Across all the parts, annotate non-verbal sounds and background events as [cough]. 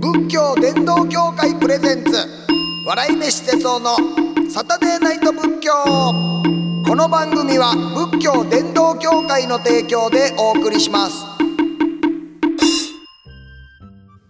道伝道協会プレゼンツ笑い飯哲夫のサタデーナイト仏教この番組は仏教伝道協会の提供でお送りします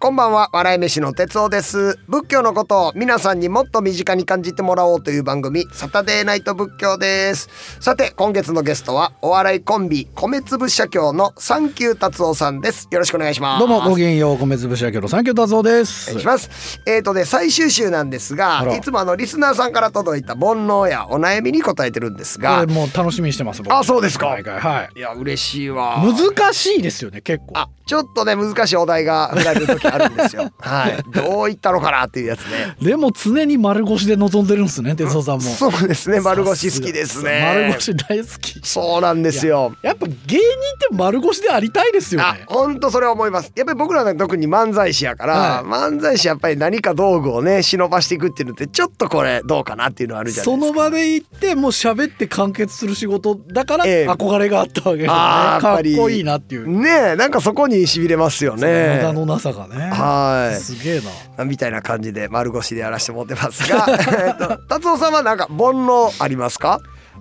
こんばんは笑い飯の哲夫です仏教のことを皆さんにもっと身近に感じてもらおうという番組サタデーナイト仏教ですさて今月のゲストはお笑いコンビ米粒社協のサンキュー達夫さんですよろしくお願いしますどうもごきげんよう米粒しあきのサンキュー達夫ですお願いします。えーとね、最終週なんですがあ、らいつもあのリスナーさんから届いた煩悩やお悩みに答えてるんですこれが、もう楽しみにしてます僕あそうですか毎回はいや嬉しいわ。難しいですよね結構あちょっとね難しいお題が振られる時あるんです [laughs] よ。はい。どういったのかなっていうやつね。でも常に丸腰で臨んでるんですね哲夫さんもそうですね。丸腰好きですね。丸。腰大好きそうなんですよ。やっぱ芸人って丸腰でありたいですよあね、本当それは思います。やっぱり僕らは特に漫才師やから、はい漫才師やっぱり何か道具をね忍ばしていくっていうのってちょっとこれどうかなっていうのはあるじゃないそですか。の場で行ってもう喋って完結する仕事だからええ憧れがあったわけですよね、 [laughs] あーやっかぱっりこいいなっていう、ねえなんかそこにしびれますよね無。駄のなさがねはいすげえなみたいな感じで丸腰でやらせてもらってます [laughs] が、えっと、達夫さんはなんか煩悩ありますか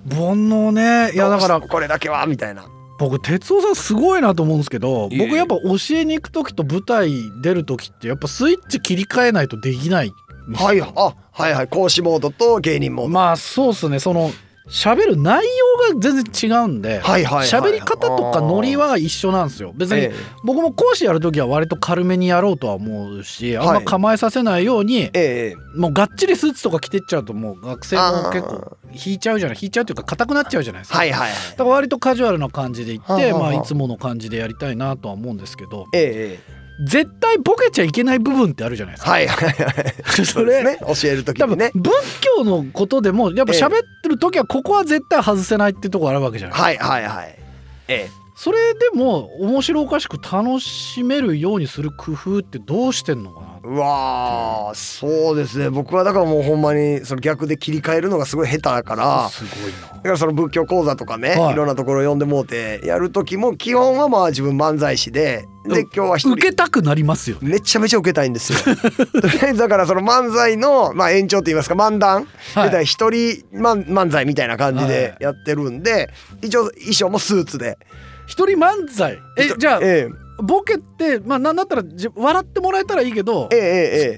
煩悩ねいやだからどうしこれだけはみたいな。僕哲夫さんすごいなと思うんですけどいえいえ僕やっぱ教えに行く時と舞台出る時ってやっぱスイッチ切り替えないとできないんですよはい、あはいはい講師モードと芸人モード。まあそうっすねその喋る内容が全然違うんではいはいはい喋り方とかノリは一緒なんですよ別えに僕も講師やる時は割と軽めにやろうとは思うしあんま構えさせないようにえええもうがっちりスーツとか着てっちゃうともう学生も結あ構引いちゃうじゃない引いちゃうというか硬くなっちゃうじゃないですかはいはいはい。だから割とカジュアルな感じで行って、はあはあはあまあ、いつもの感じでやりたいなとは思うんですけどええええ絶対ボケちゃいけない部分ってあるじゃないですか。はいはいはい。そ [laughs] そうですれね教える時多に分ね仏。教のことでもやっぱ喋ってる時はここは絶対外せないってとこあるわけじゃない、はいはいはい。ええそれでも面白おかしく楽しめるようにする工夫ってどうしてんのかなうわあそうですね僕はだからもうほんまにその逆で切り替えるのがすごい下手だから。すごいなだからその仏教講座とかね、はいい、ろんなところ読んでもうてやる時も基本はまあ自分漫才師でで今日は一受人けたくなりますよねめちゃめちゃ受けたいんですよ。 [laughs] とりあえずだからその漫才の、まあ、延長といいますか漫談みはいたいな一人漫漫才みたいな感じはでいやってるんで一応衣装もスーツで。一人漫才えじゃあえボケってまあなんだったらじ笑ってもらえたらいいけどえええ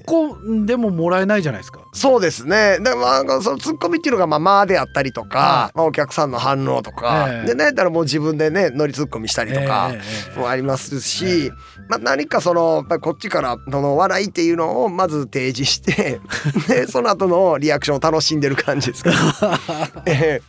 ええこうでももらえないじゃないですかそうですね。で、まあ、そのツッコミっていうのが、まあ、まあであったりとか、はまあ、お客さんの反応とか、ええで、なんやったらもう自分でね、乗りツッコミしたりとかえええええ、えもありますし、まあ、何かその、やっぱりこっちから、その、笑いっていうのをまず提示 [laughs] して、で、その後のリアクションを楽しんでる感じですか、え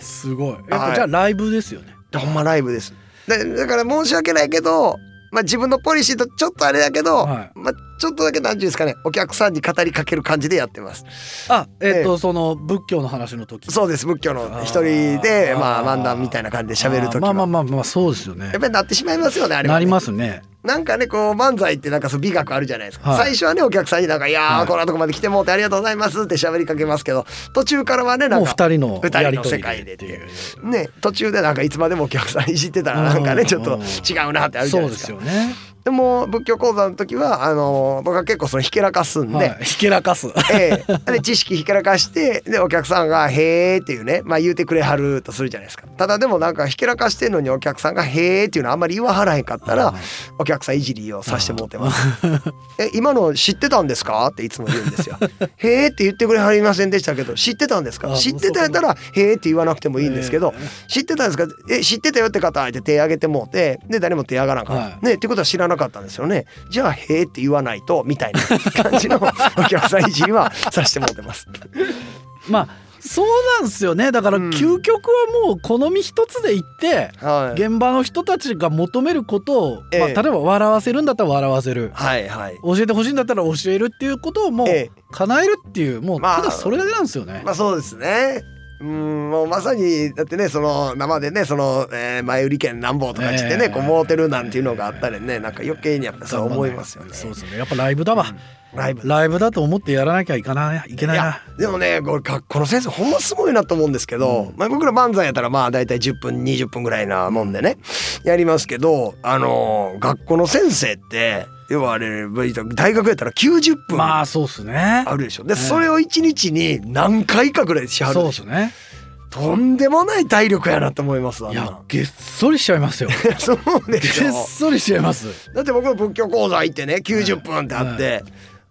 すごい。やっはぱいじゃあライブですよね。えほんまライブです。でだから申し訳ないけど、まあ、自分のポリシーとちょっとあれだけど、はいまあ、ちょっとだけ何ていうんですかねお客さんに語りかける感じでやってます。あ、えっとその仏教の話の時。そうです仏教の一人であーまあ漫談みたいな感じで喋るあー時まはあまあまあまあそうですよねやっ。ぱりなってしまいますよねあれはなねりますね。なんかねこう漫才ってなんかそう美学あるじゃないですか、はい最初はねお客さんになんか「いやー、はいこんなとこまで来てもうてありがとうございます」って喋りかけますけど途中からはねなんもうか二人の二人やりのと世り界ででっってていいうう。ね途中でなんかいつまでもお客さんいじってたらなんかうんねちょっうと違んうなってあるじゃそなういでですすかよね。でも仏教講座の時はあのー僕は結構そのひけらかすんで、はい。ひけらかす。ええ、で知識ひけらかしてでお客さんが「へーっていうね、まあ、言うてくれはるとするじゃないですかただでもなんかひけらかしてんのにお客さんが「へーっていうのあんまり言わはらへんかったあらーお客さんいじりをさしてもうてます「え今の知ってたんですか?」っていつも言うんですよ「へーって言ってくれはりませんでしたけど知ってたんですあかー知ってたんやったら「へーって言わなくてもいいんですけど、知ってたんですかえ知ってたよって方あえて手挙げてもうてで誰も手上がらんから、はいねってことは知らなかったんですよねじゃあ「へーって言わないとみたいな感じの [laughs] お客さんいじりはさせてもらってます。 [laughs] まあそうなんですよね。だからうん究極はもう好み一つで行って。はい、現場の人たちが求めることを、まあ、え例ええば笑わせるんだったら笑わせるはいはい教えてほしいんだったら教えるっていうことをもうええ叶えるっていうもうまあただそれだけなんですよね。まあそうですねうんもうまさにだってねその生でねその、えー前売り券なんぼとかしてね、ええこう儲てるなんていうのがあったりねなんか余計にやっぱそう思いますよね。そうですねやっぱライブだわ、ライブライブだと思ってやらなきゃいかないいけないいなやでもねこれかこの先生ほんますごいなと思うんですけど、まあ、僕ら漫才やったらまあ大体10分20分ぐらいなもんでねやりますけどあのー学校の先生って要はあれ大学やったら90分まああそうっすねるでしょ。でそれを1日に何回かぐらいしはるそうでっしすょ。ねとんでもない体力やなと思いますわいあんやなげっそりしちゃいますよ [laughs] そうでげっしょ。そりしちゃいますだって僕の仏教講座行ってね90分ってあって、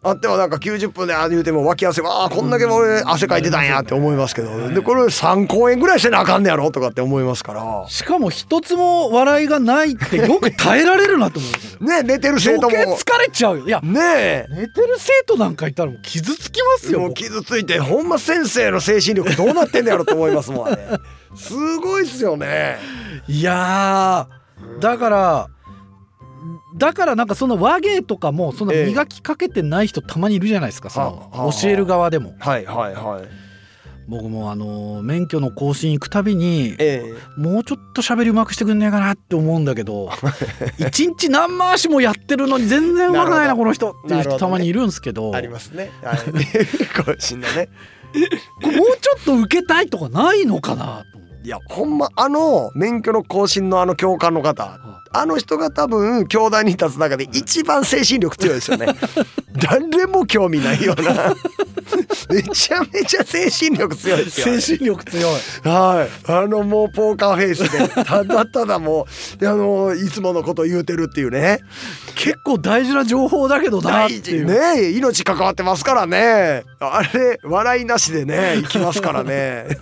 あってはなんか90分でああ言うても脇汗わあこんだけ俺汗かいてたんやって思いますけど、でこれ3公演ぐらいしてなあかんねやろとかって思いますから。しかも一つも笑いがないってよく耐えられるなと思いますよね寝てる [laughs] 生徒余計も疲れちゃうよいやね寝てる生徒なんかいたらもう傷つきますえよもう傷ついてほんま先生の精神力どうなってんねやろと思いますもんね。 [laughs] すごいっすよね。いやーだからだからなんかその和芸とかもそのええ磨きかけてない人たまにいるじゃないですか、そはあはあの教える側でもはいはいはい。僕もあのー免許の更新行くたびにえもうちょっと喋りうまくしてくんねえかなって思うんだ [laughs] けど一日何回しもやってるのに全然うまくなないるなほどこの人っていうなるほどね人たまにいるんですけどえありますね。はい。 [laughs] こうしんだね。これもうちょっと受けたいとかないのかなと思っていやほんまあの免許の更新のあの教官の方あの人が多分教壇に立つ中で一番精神力強いですよ [laughs] ね誰も興味ないようなめちゃめちゃ精神力 [laughs] 強いですよね精神力強いはいあのもうポーカーフェイスでただただもうであのいつものこと言うてるっていうね結構大事な情報だけどなって大い事う、ねえ命関わってますからねあれ笑いなしでねいきますからね [laughs]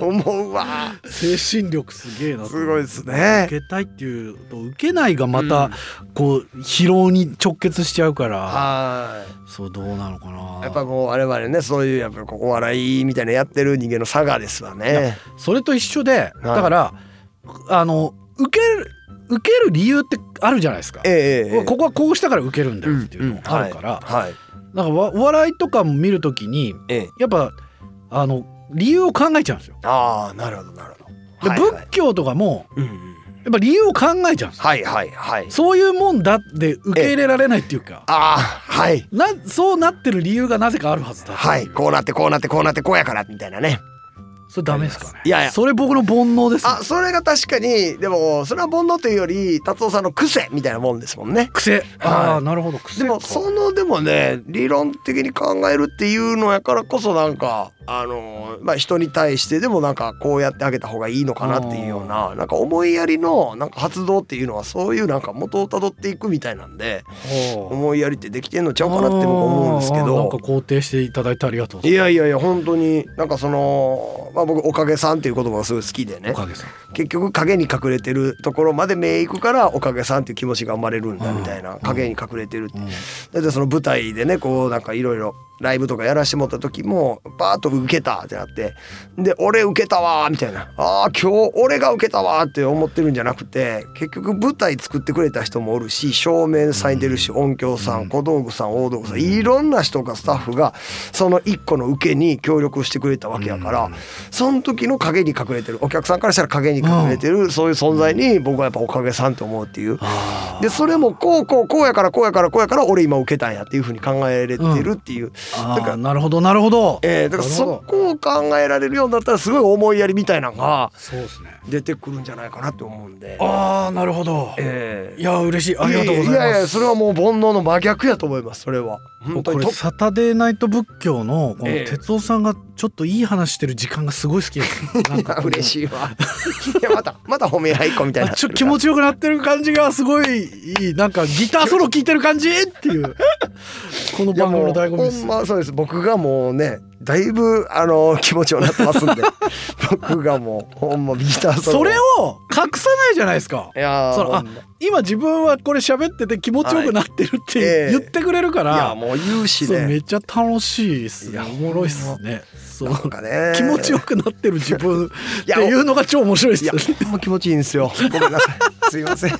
思うわ精神力すげえなと思ってすごいですね受けたいっていうと受けないがまたこう疲労に直結しちゃうから、はいそうどうなのかなやっぱこう我々ねそういうやっぱこうお笑いみたいなやってる人間の差がですわいね。それと一緒でだからあの受ける受ける理由ってあるじゃないですか。ええええここはこうしたから受けるんだよっていうのがあるから、はい。はいなんかわお笑いとかも見るときにええやっぱあの理由を考えちゃうんですよ。ああなるほどなるほでど。はいはい仏教とかもうんうんやっぱ理由を考えちゃうんですよ。はいはいはい。そういうもんだって受け入れられないっていうか、ああはいなそうなってる理由がなぜかあるはずだっていうはいこうなってこうなってこうなってこうやからみたいなね。それダメですかねいやいやそれ僕の煩悩ですあそれが確かにでもそれは煩悩というより達夫さんの癖みたいなもんですもんね。癖あはあいなるほど癖でもかそのでもね理論的に考えるっていうのやからこそなんかあのまあ人に対してでもなんかこうやってあげた方がいいのかなっていうようななんか思いやりのなんか発動っていうのはそういうなんか元をたどっていくみたいなんでほう思いやりってできてんのちゃうかなって僕思うんですけあーなんど。か肯定していただいてありがとうございいやいやいや本当になんかそのまあ僕「おかげさん」っていう言葉がすごい好きでますおねかげさ結局影に隠れてるところまで目いくからおかげさんっていう気持ちが生まれるんだみたいな影に隠れてるってまだってその舞台でねこうなんかいろいろライブとかやらしてもらった時もバーッと受けたってなってで俺受けたわーみたいなあー今日俺が受けたわーって思ってるんじゃなくて結局舞台作ってくれた人もおるし照明さんいてるし音響さん小道具さん大道具さんいろんな人がスタッフがその一個の受けに協力してくれたわけやからその時の影に隠れてるお客さんからしたら影に隠れてるそういう存在に僕はやっぱおかげさんと思うっていうあでそれもこうこうこうやからこうやからこうやから俺今受けたんやっていうふうに考えれてるっていう、あだかーらなるほどなるほどえーだからなるほそどこを考えられるようになったらすごい思いやりみたいなのがそうですね出てくるんじゃないかなって思うんで。ああなるほどえいや嬉しいありがとうございますやいややそれはもう煩悩の真逆やと思いますそれは本当こにれとサタデーナイト仏教のこのええ哲夫さんがちょっといい話してる時間がすごい好き [laughs] です。なんかこう嬉しいわ [laughs] いやまたまた褒め合いっこみたいあなちょ気持ちよくなってる感じがすごいいいなんかギターソロ聴いてる感じっていうこのいや番組もうの醍醐ほ味でんす、まそうです僕がもうねだいぶあの [laughs] 気持ちよくなってますんで [laughs] 僕がもうほんまギターソロそれを隠さないじゃないですかいやーそのほあんま今自分はこれ喋ってて気持ちよくなってるっはいえてえ言ってくれるかいやら、もう言うしそうめねっちゃ楽しいっすいねやおもろいっすねそうなんかね気持ちよくなってる自分っ [laughs] いやていうのが超面白いっすい [laughs] やよねほんま気持ちいいんです [laughs] よごめんなさいすいません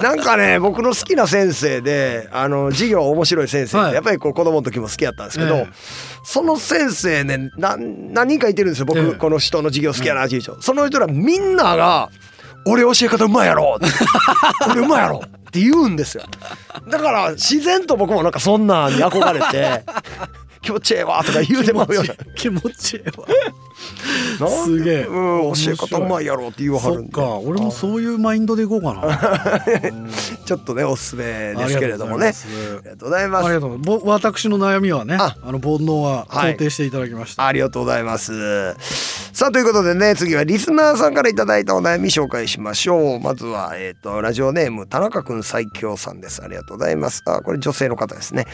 なんかね僕の好きな先生であの授業面白い先生っはていやっぱりこう子供の時も好きやったんですけど、ええその先生ねなん何人かいてるんですよ僕、ええこの人の授業好きやなって [laughs] いう人、その人らみんなが「俺教え方うまいやろ」って俺うまいやろ」って言うんですよだから自然と僕もなんかそんなんに憧れ [laughs] て気持ちええわとか言うてまうような気持ちいいわなんすげえうん、教え方うまいやろって言わはそるんっでか俺もそういうマインドでいこう [laughs] かなちょっとねおすすめですけれどもねありがとうございますありがとうございますありがとうございますぼ私の悩みはねああの煩悩ははい肯定していただきました、ありがとうございますさあということでね次はリスナーさんからいただいたお悩み紹介しましょうまずはえっ、とラジオネーム田中くん最強さんですありがとうございますあこれ女性の方ですね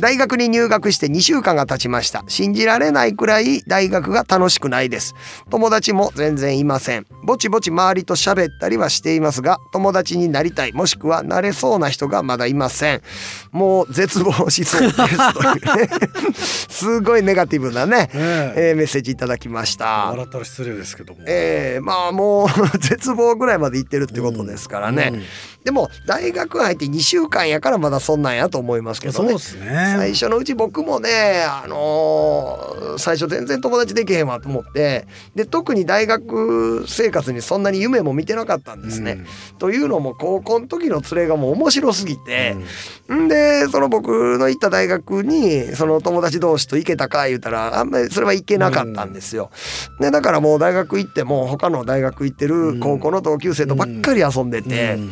大学に入学して2週間が経ちました信じられないくらい大学が楽しくないです友達も全然いませんぼちぼち周りと喋ったりはしていますが友達になりたいもしくはなれそうな人がまだいませんもう絶望しそうですというねすごいネガティブなねねええーメッセージいただきました。笑ったら失礼ですけども、えーまあもう [laughs] 絶望ぐらいまでいってるってことですからね、うんうんでも大学入って2週間やからまだそんなんやと思いますけどそうねですね最初のうち僕もねあのー最初全然友達できへんわと思ってで特に大学生活にそんなに夢も見てなかったんですね。というのも高校の時の連れがもう面白すぎて、ん、でその僕の行った大学にその友達同士と行けたか言うたらあんまりそれは行けなかったんですよ。でだからもう大学行っても他の大学行ってる高校の同級生とばっかり遊んでて。うん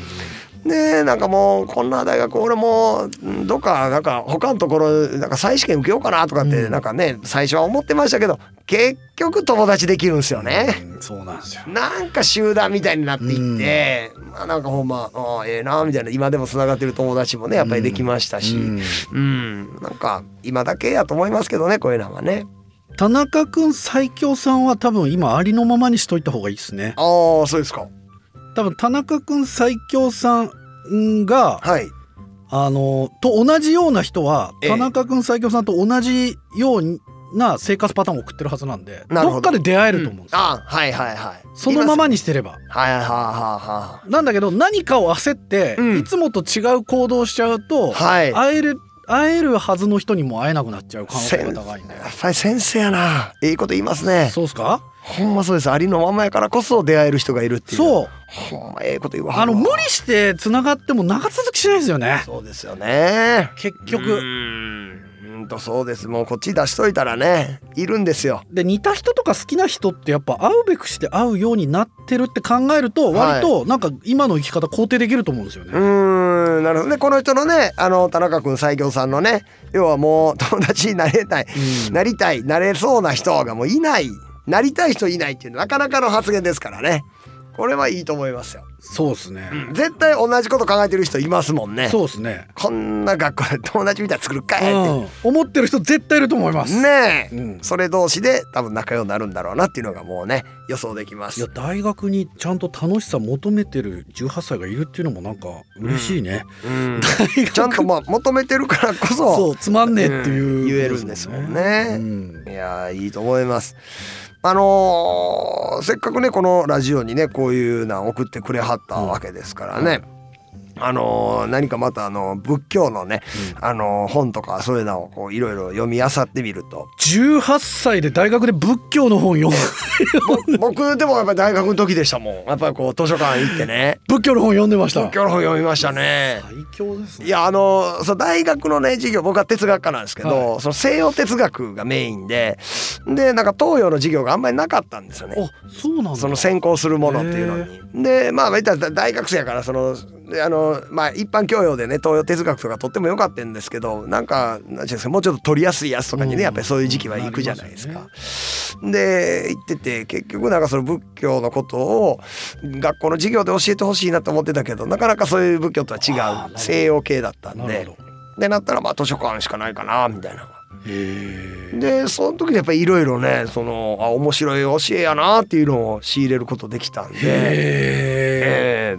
ねえなんかもうこんな大学俺もうんどっかなんか他のところなんか再試験受けようかなとかってなんかね最初は思ってましたけど結局友達できるんですよね。うんそうなんですよなんか集団みたいになっていって、まあなんかほんまああええなみたいな今でもつながってる友達もねやっぱりできましたし、ううんんなんか今だけやと思いますけどねこういうのはね。田中くん最強さんは多分今ありのままにしといた方がいいですねああそうですか。多分田中くん最強さんがはい。あのと同じような人はええ田中君最強さんと同じような生活パターンを送ってるはずなんでなるほどどっかで出会えると思うんですよ、あはいはいはい。そのままに。にしてればはいはいはなんだけど何かを焦って、うんいつもと違う行動しちゃうと、いはいはい。はい。会える会えるはずの人にも会えなくなっちゃう可能性が高いんでやっぱり先生やな。ええこと言いますね。そうですかほんまそうです。ありのままやからこそ出会える人がいるっていう。う。そうほんまええこと言わはあるのわ無理してつながっても長続きしないですよねそうですよね。結う局ーんうんとそうですもうこっち出しといたらねいるんですよで似た人とか好きな人ってやっぱ会うべくして会うようになってるって考えると割となんか今の生き方肯定できると思うんですよね、うーんなるほどねこの人のねあの田中君最強さんのね要はもう友達になれたい、うんなりたいなれそうな人がもういないなりたい人いないっていうのはなかなかの発言ですからねこれはいいと思いますよ、そうですね、絶対同じこと考えてる人いますもんねそうですね、こんな学校で [laughs] 友達みたいに作るかういって、ん、思ってる人絶対いると思います、ねえ、うんそれ同士で多分仲良くなるんだろうなっていうのがもうね予想できまいすや大学にちゃんと楽しさ求めてる18歳がいるっていうのもなんか嬉しいね、うん [laughs] 大 [laughs] 学ちゃんとまあ求めてるからこそそうつまんねえっていう、うん言えるんですもんねうんいやーいいと思います。あのーせっかくねこのラジオにねこういうの送ってくれはったわけですからね。あのー何かまたあの仏教のね、あのー本とかそういうのをこういろいろ読み漁ってみると18歳で大学で仏教の本読む [laughs] ぼ僕でもやっぱり大学の時でしたもんやっぱりこう図書館行ってね仏教の本読んでました仏教の本読みましたね。最強ですねいやあのそう大学のね授業僕は哲学科なんですけど、はその西洋哲学がメインででなんか東洋の授業があんまりなかったんですよね。あそうなんだその先行するものっていうのに。でまあ言ったら大学生やからそのであの、まあ、一般教養でね東洋哲学とかとってもよかったんですけどなんかなんていうんですかもうちょっと取りやすいやつとかにね、うんやっぱりそういう時期は行くじゃないですなかり。で行ってて結局なんかその仏教のことを学校の授業で教えてほしいなと思ってたけどなかなかそういう仏教とは違あーう西洋系だったんなるでほどでなったらまあ図書館しかないかなみたいな。へえでその時にやっぱりいろいろねそのあ面白い教えやなっていうのを仕入れることできたんで、へええ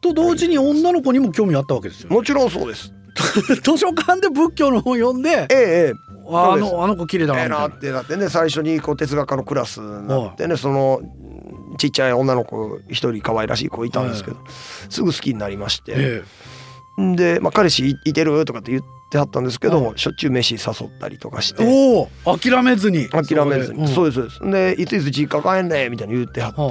と同時に女の子にも興味あったわけです [laughs] よーもちろんそうです。図書館で仏教の本読んでええええそあうですのあの子綺麗だえなえなみたいってなってね最初にこう哲学科のクラスになってねそのちっちゃい女の子一人可愛らしい子いたんですけど、すぐ好きになりまして。えんで、まあ、彼氏いいてるとかって言ってはったんですけど、はしょっちゅう飯誘ったりとかしえておお諦めずに諦めずにうそんうですそうですでいついつ実家帰んねみたいに言ってはって、は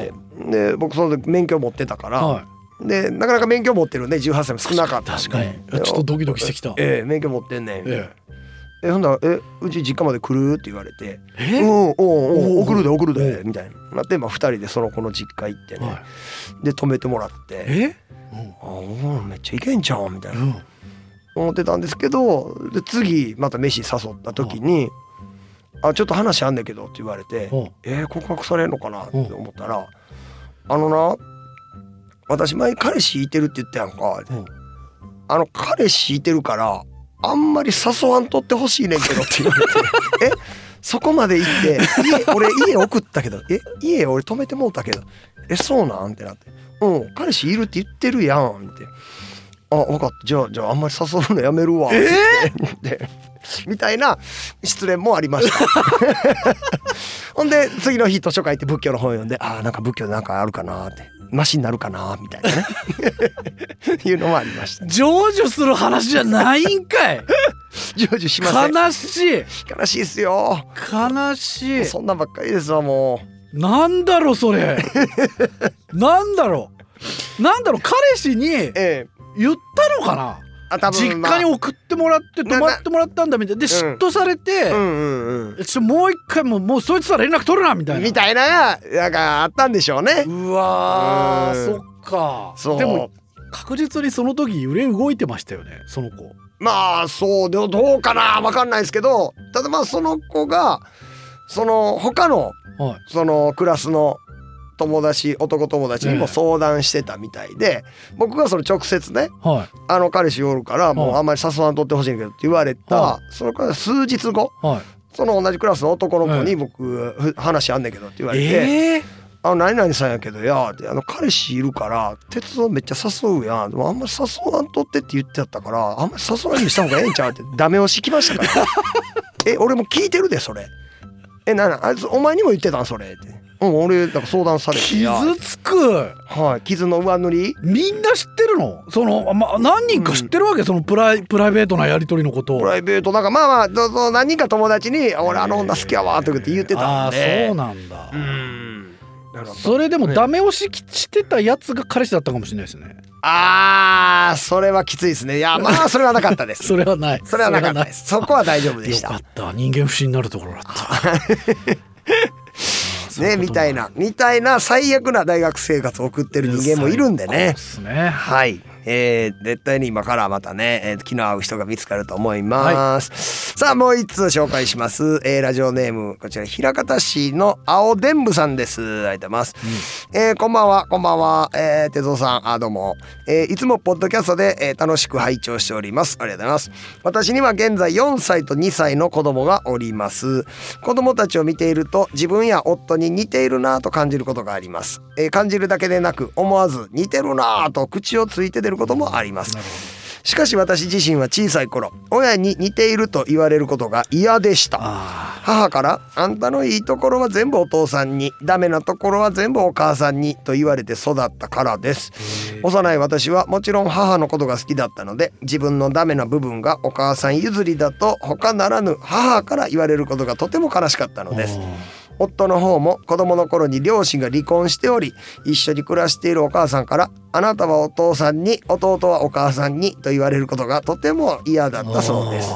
で僕その時免許持ってたから、はでなかなか免許持ってるね18歳も少なかったんで確かにいやちょっとドキドキしてきたええ免許持ってんねんみたいなええほんだら「えうち実家まで来る?」って言われてえ「うえんうんうんおう送るで送るおでう」みたいななって、まあ、2人でその子の実家行ってね、はいで泊めてもらってえ「あお前めっちゃいけんじゃん」みたいなうん思ってたんですけどで次また飯誘った時に「あちょっと話あんねんけど」って言われてうん「えー、告白されんのかな?」って思ったら「あのな私前彼氏いてるって言ったやんか」うんあの彼氏いてるからあんまり誘わんとってほしいねんけどって言われてえそこまで行って家俺家送ったけどえ家俺止めてもうたけどえそうなんってなってうん彼氏いるって言ってるやんってあ分かったじゃあじゃああんまり誘うのやめるわって言って、みたいな失恋もありましたほんで次の日図書館行って仏教の本読んであーなんか仏教なんかあるかなってマシになるかなみたいなねいうのもありましたね成就する話じゃないんかい成就しません悲しい悲しいっすよ悲しいそんなんばっかりですわもなんだろうそ [laughs] れなんだろうなんだろう彼氏に言っうええたのかなあ多実分、まあ、家に送ってもらって泊まってもらったんだみたいなでな嫉妬されて、うんうんうんちょもう一回もうもうそいつとは連絡取るなみたいなみたいななんかあったんでしょうねうわーうんそっかそうでも確実にその時揺れ動いてましたよねその子まあそうでもどうかなわかんないですけどただまあその子がその他のはいそのクラスの友達男友達にも相談してたみたいで、僕がその直接ねはい「あの彼氏おるからもうあんまり誘わんとってほしいんだけど」って言われた、はそのから数日後はいその同じクラスの男の子に僕、ふ話あんねんけどって言われて、ええあの何々さんやけどやってあの彼氏いるから鉄をめっちゃ誘うやんでもあんまり誘わんとってって言ってやったからあんまり誘わないようにした方がええんちゃうってダメ押しきました [laughs] からえ俺も聞いてるでそれえなんなんあいつお前にも言ってたんそれってうん俺なんか相談されてや傷つくはい傷の上塗りみんな知ってるのその、まあ、何人か知ってるわけ、そのプライプライベートなやり取りのことをプライベートなんかまあまあどど何人か友達に「俺あの女好きやわ」とかって言ってたんああでそうなんだ、うんなるほどそれでもねダメ押ししてたやつが彼氏だったかもしれないですねあーそれはきついですねいやまあそれはなかったです [laughs] それはないそれはなかったですそこは大丈夫でしよたかった人間不信になるところだったそううねことみたいなみたいな最悪な大学生活を送ってる人間もいるんで最高ねっ。すねはい、えー、絶対に今からまたね、えー、気の合う人が見つかると思います、さあもう一通紹介します、えー、ラジオネームこちら平方市の青でんぶさんですありがとうございます、えーこんばんはこんばんは、えー、手蔵さんあどうも、えーいつもポッドキャストで、えー楽しく拝聴しておりますありがとうございます私には現在4歳と2歳の子供がおります子供たちを見ていると自分や夫に似ているなぁと感じることがあります、えー感じるだけでなく思わず似てるなぁと口をついて出ることもありますしかし私自身は小さい頃親に似ていると言われることが嫌でしたあ母から「あんたのいいところは全部お父さんにダメなところは全部お母さんに」と言われて育ったからです幼い私はもちろん母のことが好きだったので自分のダメな部分がお母さん譲りだと他ならぬ母から言われることがとても悲しかったのーです夫の方も子供の頃に両親が離婚しており一緒に暮らしているお母さんから「あなたはお父さんに弟はお母さんに」と言われることがとても嫌だったそうです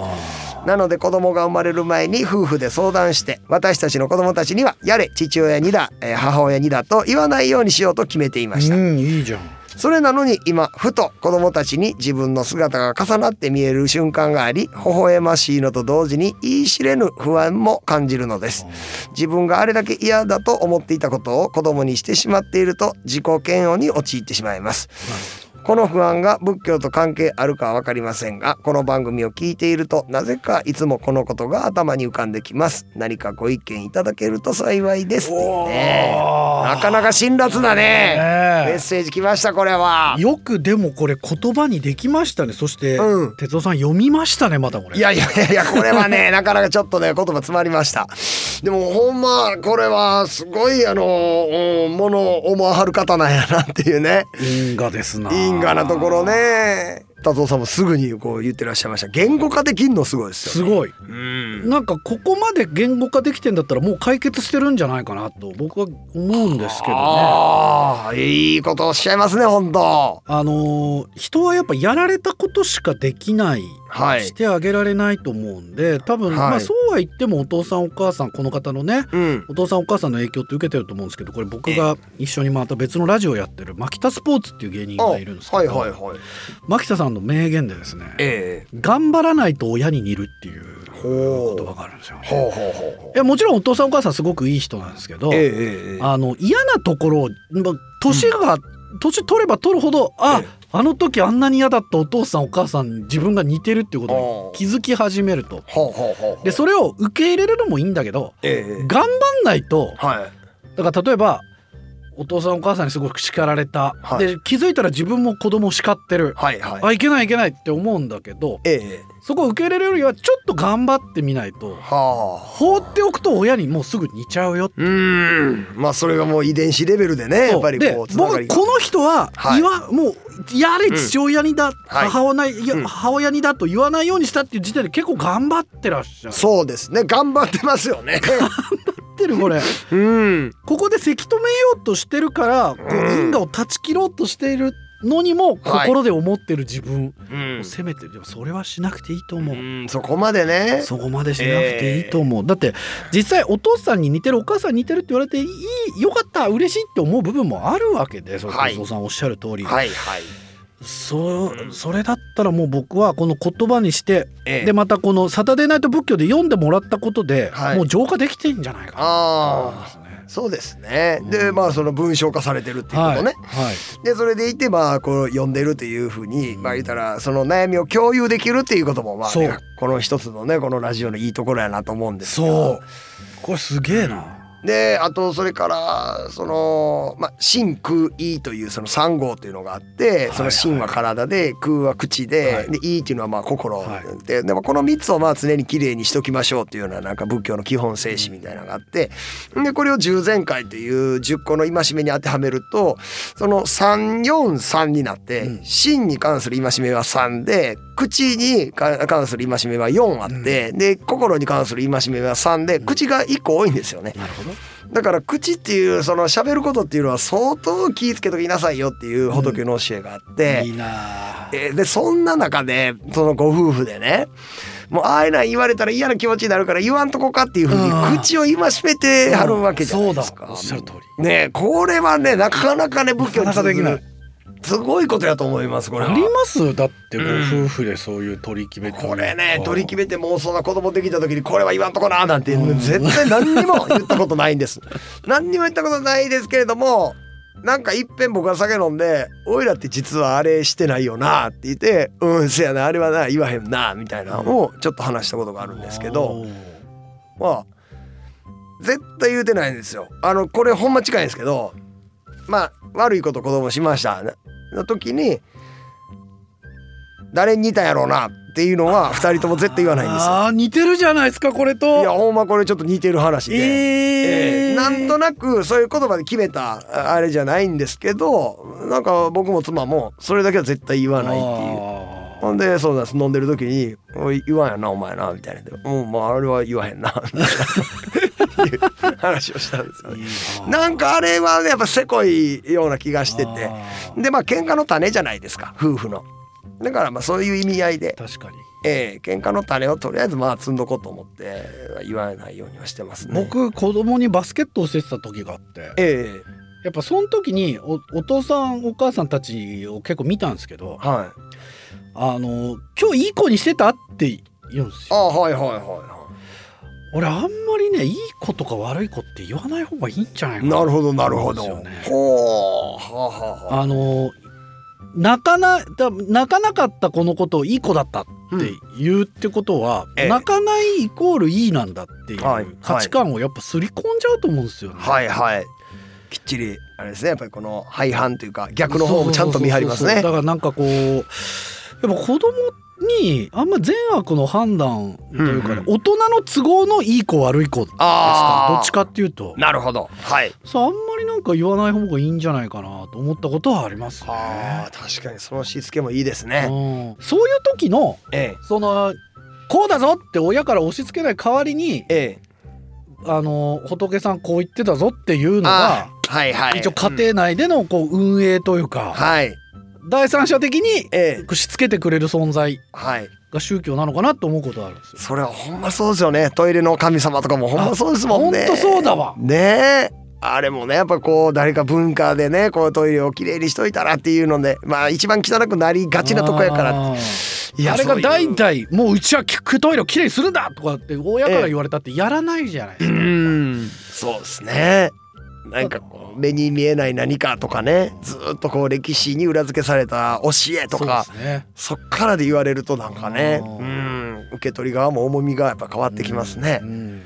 あなので子供が生まれる前に夫婦で相談して私たちの子供たちにはやれ父親にだ、えー母親にだと言わないようにしようと決めていました、ーうんいいじゃんそれなのに今ふと子供たちに自分の姿が重なって見える瞬間があり微笑ましいのと同時に言い知れぬ不安も感じるのです自分があれだけ嫌だと思っていたことを子供にしてしまっていると自己嫌悪に陥ってしまいますこの不安が仏教と関係あるかは分かりませんがこの番組を聞いているとなぜかいつもこのことが頭に浮かんできます何かご意見いただけると幸いですねなかなか辛辣だねメッねセージ来ましたこれはよくでもこれ言葉にできましたねそして、うん哲夫さん読みましたねまたこれいやいやいやいやこれはね [laughs] なかなかちょっとね言葉詰まりましたでもほんまこれはすごいあのうんものを思わはる方なんやなっていうね因果ですな因果なところね達夫さんもすぐにこう言ってらっしゃいました言語化できんのすごいですすよ、ね、ごいうんなんかここまで言語化できてんだったらもう解決してるんじゃないかなと僕は思うんですけどね。ああいいことおっしゃいますね本当あのー人はやっぱやられたことしかできない、はいしてあげられないと思うんで多分、はいまあそうは言ってもお父さんお母さんこの方のねうんお父さんお母さんの影響って受けてると思うんですけどこれ僕が一緒にまた別のラジオやってる牧田スポーツっていう芸人あがいるんですけど、はいはいはい牧田さんの名言でですねえ「頑張らないと親に似る」っていうほう言葉があるんですよね。えほうほうほうほいやもちろんお父さんお母さんすごくいい人なんですけど、うええええええあの嫌なところをま年が、年取れば取るほどあ、ええあの時あんなに嫌だったお父さんお母さんに自分が似てるっていうことおにう気づき始めると。ほうほうほうほうでそれを受け入れるのもいいんだけどええええ頑張んないとはいだから例えばお父さんお母さんにすごく叱られた、はいで気づいたら自分も子供を叱ってる、はいはいあいけないいけないって思うんだけどええそこを受け入れるよりはちょっと頑張ってみないとはあ放っておくと親にもうすぐ似ちゃうようーんまあそれがもう遺伝子レベルでねやっぱりでこうつなが僕りこの人は、はい言わもうやれ父親にだ、はい母親にいやうん母親にだと言わないようにしたっていう時点で結構頑張ってらっしゃる。そうですね頑張ってますよねってるこれうんここでせき止めようとしてるからこううん因果を断ち切ろうとしているのにもはい心で思ってる自分うをん責めてるでもそれはしなくていいと思う。うんそこまでねそこまでしなくていいと思う、だって実際お父さんに似てるお母さんに似てるって言われていいよかった嬉しいって思う部分もあるわけでそれはいお父さんおっしゃる通り、はいはいそうんそれだったらもう僕はこの言葉にして、ええでまたこの「サタデーナイト仏教」で読んでもらったことで、はいもう浄化できてんじゃないかああと思いますね。そうですね、うんでまあその文章化されてるっていうこはとい、ね、はいでそれでいてまあこう読んでるというふうに、まあ言ったらその悩みを共有できるっていうこともまあ、そねう、この一つのねこのラジオのいいところやなと思うんですそうよ。これすげえな、であとそれからその「まあ、真空意」というその3号というのがあって、その真は体で空は口で,、はいで意っていうのはまあ心、はいででもこの3つをまあ常にきれいにしときましょうというようななんか仏教の基本精神みたいなのがあってでこれを十善戒という10個の戒めに当てはめるとその343になって、うん真に関する戒めは3で口にか関する戒めは4あって、で心に関する戒めは3で口が1個多いんですよね。なるほどだから口っていうその喋ることっていうのは相当気ぃつけときなさいよっていう仏の教えがあって、いいなあえーでそんな中でそのご夫婦でねもうああいうの言われたら嫌な気持ちになるから言わんとこかっていうふううんに口を戒めてはるわけじゃないですか。そうだおっしゃる通りねえこれはねなかなかね仏教になかなかできない通ずるすごいことやと思いますこれはあり。ますだってごうん夫婦でそういう取り決めというかこれね取り決めて妄想な子供できた時にこれは言わんとこななんて絶対何にも言ったことないんです [laughs] 何にも言ったことないですけれどもなんかいっぺん僕が酒飲んで「おいらって実はあれしてないよな」って言って「うんせやなあれはな言わへんな」みたいなのをちょっと話したことがあるんですけどおーまあ絶対言うてないんですよ。あのこれほんま近いんですけどまあ悪いこと子供しましたなの時に「誰に似たんやろうな」っていうのは2人とも絶対言わないんですよ。あー似てるじゃないですかこれといやほんまこれちょっと似てる話えで、えーーなんとなくそういう言葉で決めたああれじゃないんですけどなんか僕も妻もそれだけは絶対言わないっていう。あーほんでそうなんです飲んでる時に「おい言わんやなお前な」みたいなで「うんまああれは言わへんな」みたいなっていう [laughs] 話をしたんですよね。なんかあれはねやっぱせこいような気がしててでまあ喧嘩の種じゃないですか夫婦の。だからまあそういう意味合いで確かにええ喧嘩の種をとりあえずまあ積んどこうと思って言わないようにはしてますね。僕子供にバスケットをしてた時があってええやっぱその時におお父さんお母さんたちを結構見たんですけどはい。あの今日いい子にしてたって言うんですあよはいはいはいは俺あんまりねいい子とか悪い子って言わない方がいいんじゃないい。かなるほどなるほど。そうですよねほうはあはあはあの泣かなだ泣かなかった子のことをいい子だったって言うってことは、ええ泣かないイコールいいなんだっていうはい価値観をやっぱすり込んじゃうと思うんですよね。あ。はいはい。きっちりあれですねやっぱりこの廃反というか逆の方もちゃんと見張りますねそうそうそうそう。だからなんかこうやっぱ子供にあんま善悪の判断というかね、うん大人の都合のいい子悪い子ですかあーらどっちかっていうとなるほどはいそうあんまりなんか言わない方がいいんじゃないかなと思ったことはありますねあ。ー確かにそのしつけもいいですうねんそういう時のえそのこうだぞって親から押し付けない代わりにええあの仏さんこう言ってたぞっていうのがあーはいはい一応家庭内でのこう運営といううんかはい第三者的にええしつけてくれる存在はいが宗教なのかなと思うことはあるんですよ。それはほんまそうですよねトイレの神様とかもほんまそうですもんねあほんとそうだわねえあれもねやっぱこう誰か文化でねこうトイレをきれいにしといたらっていうのでまあ一番汚くなりがちなとこやからあーいやあれそがういう代々もううちは聞くトイレをきれいにするんだとかって親から言われたってやらないじゃないですか、うんそうですねなんかこう目に見えない何かとかねずっとこう歴史に裏付けされた教えとかそうですねそ,、っからで言われるとなんかねあーうん受け取り側も重みがやっぱ変わってきますねう。ん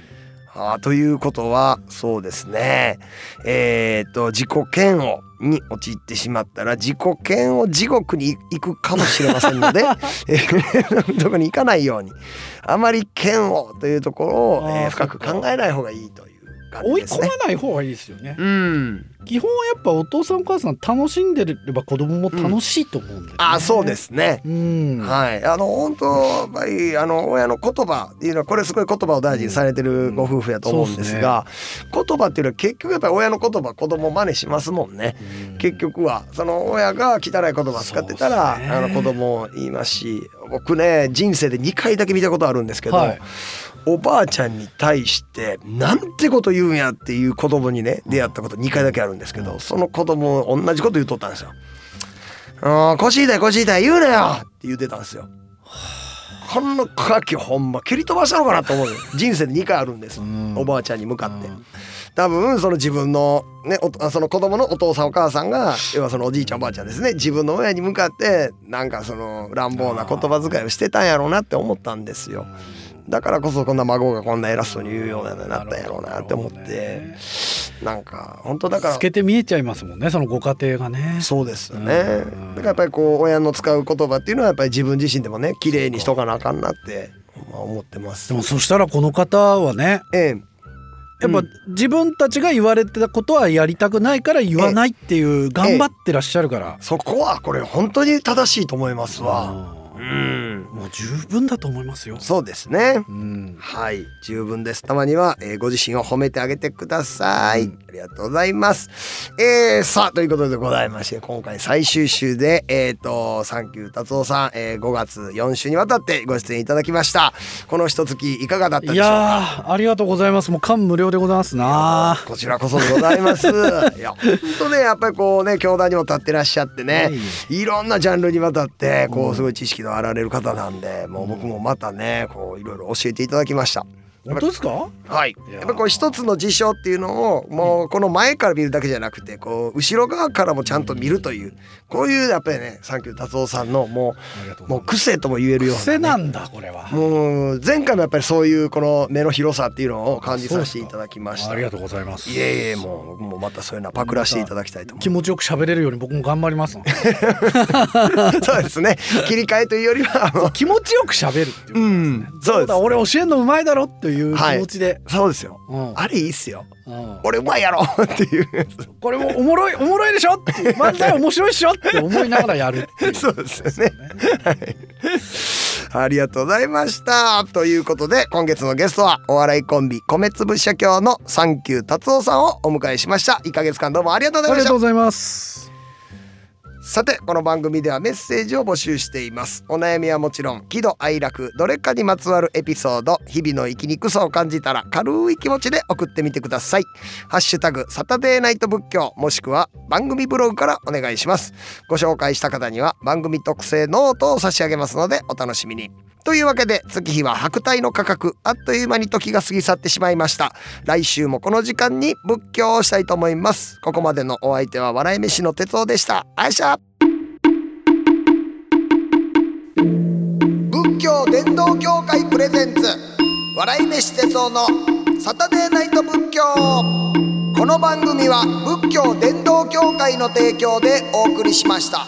あーということはそうですねえー、と自己嫌悪に陥ってしまったら自己嫌悪地獄に行くかもしれませんので [laughs] えーどこに行かないようにあまり嫌悪というところを、えーあー深く考えない方がいいという感追じいです込ね。まない方がいいですよね、うん、基本やっぱお父さんお母さん楽しんでれば子供も楽しいと思うんで、ねあーそうですね。うん、はい、あの本当やっぱりあの親の言葉っていうのはこれすごい言葉を大事にされてるご夫婦やと思うんですが、言葉っていうのは結局やっぱり親の言葉子供真似しますもんね。うん結局はその親が汚い言葉使ってたら、そうっすねあの子供を言いますし僕ね人生で2回だけ見たことあるんですけど、はいおばあちゃんに対してなんてこと言うんやっていう子供にね出会ったこと2回だけあるんですけど、その子供同じこと言うとったんですよ。あー腰痛い腰痛い言うなよって言ってたんですよ。このカキほんま蹴り飛ばしたのかなと思うよ人生で2回あるんです、うんおばあちゃんに向かって、うん多分その自分の,、ね、おとその子供のお父さんお母さんが要はそのおじいちゃんおばあちゃんですね自分の親に向かってなんかその乱暴な言葉遣いをしてたんやろうなって思ったんですよだからこそこんな孫がこんな偉そうに言うようになったんやろうなって思ってなるほどねなんか本当だから透けて見えちゃいますもんねそのご家庭がねそうですよねうんだからやっぱりこう親の使う言葉っていうのはやっぱり自分自身でもね綺麗にしとかなあかんなってまあ思ってますでもそしたらこの方はねええやっぱ自分たちが言われてたことはやりたくないから言わないっていう頑張ってらっしゃるから、そこはこれ本当に正しいと思いますわううんんもう十分だと思いますよ。そうですねうん、はい十分ですたまには、えーご自身を褒めてあげてください、うんありがとうございますえー、さあということでございまして今回最終週でえっ、とサンキュー達夫さん、えー、5月4週にわたってご出演いただきましたこの一月いかがだったでしいょうかやーありがとうございます。もう感無量でございますな。こちらこそでござい [laughs] ます。いや、本当ね、やっぱりこうね、教団にも立ってらっしゃってね、いろんなジャンルにわたって、こう、すごい知識のあられる方なんで、もう僕もまたね、こう、いろいろ教えていただきました。本当ですか？はいいややーっぱりこう一つの事象っていうのをもうこの前から見るだけじゃなくてこう後ろ側からもちゃんと見るというこういうやっぱりねサンキュー達夫さんのもありがとううもごうざい癖とも言えるよまうす。な、ね、癖なんだこれは。もう前回もやっぱりそういうこの目の広さっていうのを感じさせていただきましたありがとうございます。いえいえもう僕もまたそういうのはパクらせていただきたいと思い気持ちよく喋れるように僕も頑張りますので。ます。 [laughs] そうですね切り替えというよりはあの [laughs] 気持ちよく喋るっていう。うんそそうでうだ、俺教えんのうまいだろっていう気はい持ちで。すそうですようんあれいいっすようん俺うまいやろっていうや [laughs] これもおもろいおもろいでしょっていう漫才面白いでしょって思いながらやるっていうつ [laughs] そうですよね。ありがとうございました。ということで今月のゲストはお笑いコンビ米粒社協のサンキュー達夫さんをお迎えしました。1ヶ月間どうもありがとうござあいりましがとたうご。ざいます。さてこの番組ではメッセージを募集していますお悩みはもちろん喜怒哀楽どれかにまつわるエピソード日々の生きにくさを感じたら軽い気持ちで送ってみてくださいハッシュタグサタデーナイト仏教もしくは番組ブログからお願いしますご紹介した方には番組特製ノートを差し上げますのでお楽しみにというわけで月日は白帯の価格あっという間に時が過ぎ去ってしまいました来週もこの時間に仏教をしたいと思いますここまでのお相手は笑い飯の哲夫でしたあいしゃ仏教伝道協会プレゼンツ笑い飯哲夫のサタデーナイト仏教この番組は仏教伝道協会の提供でお送りしました。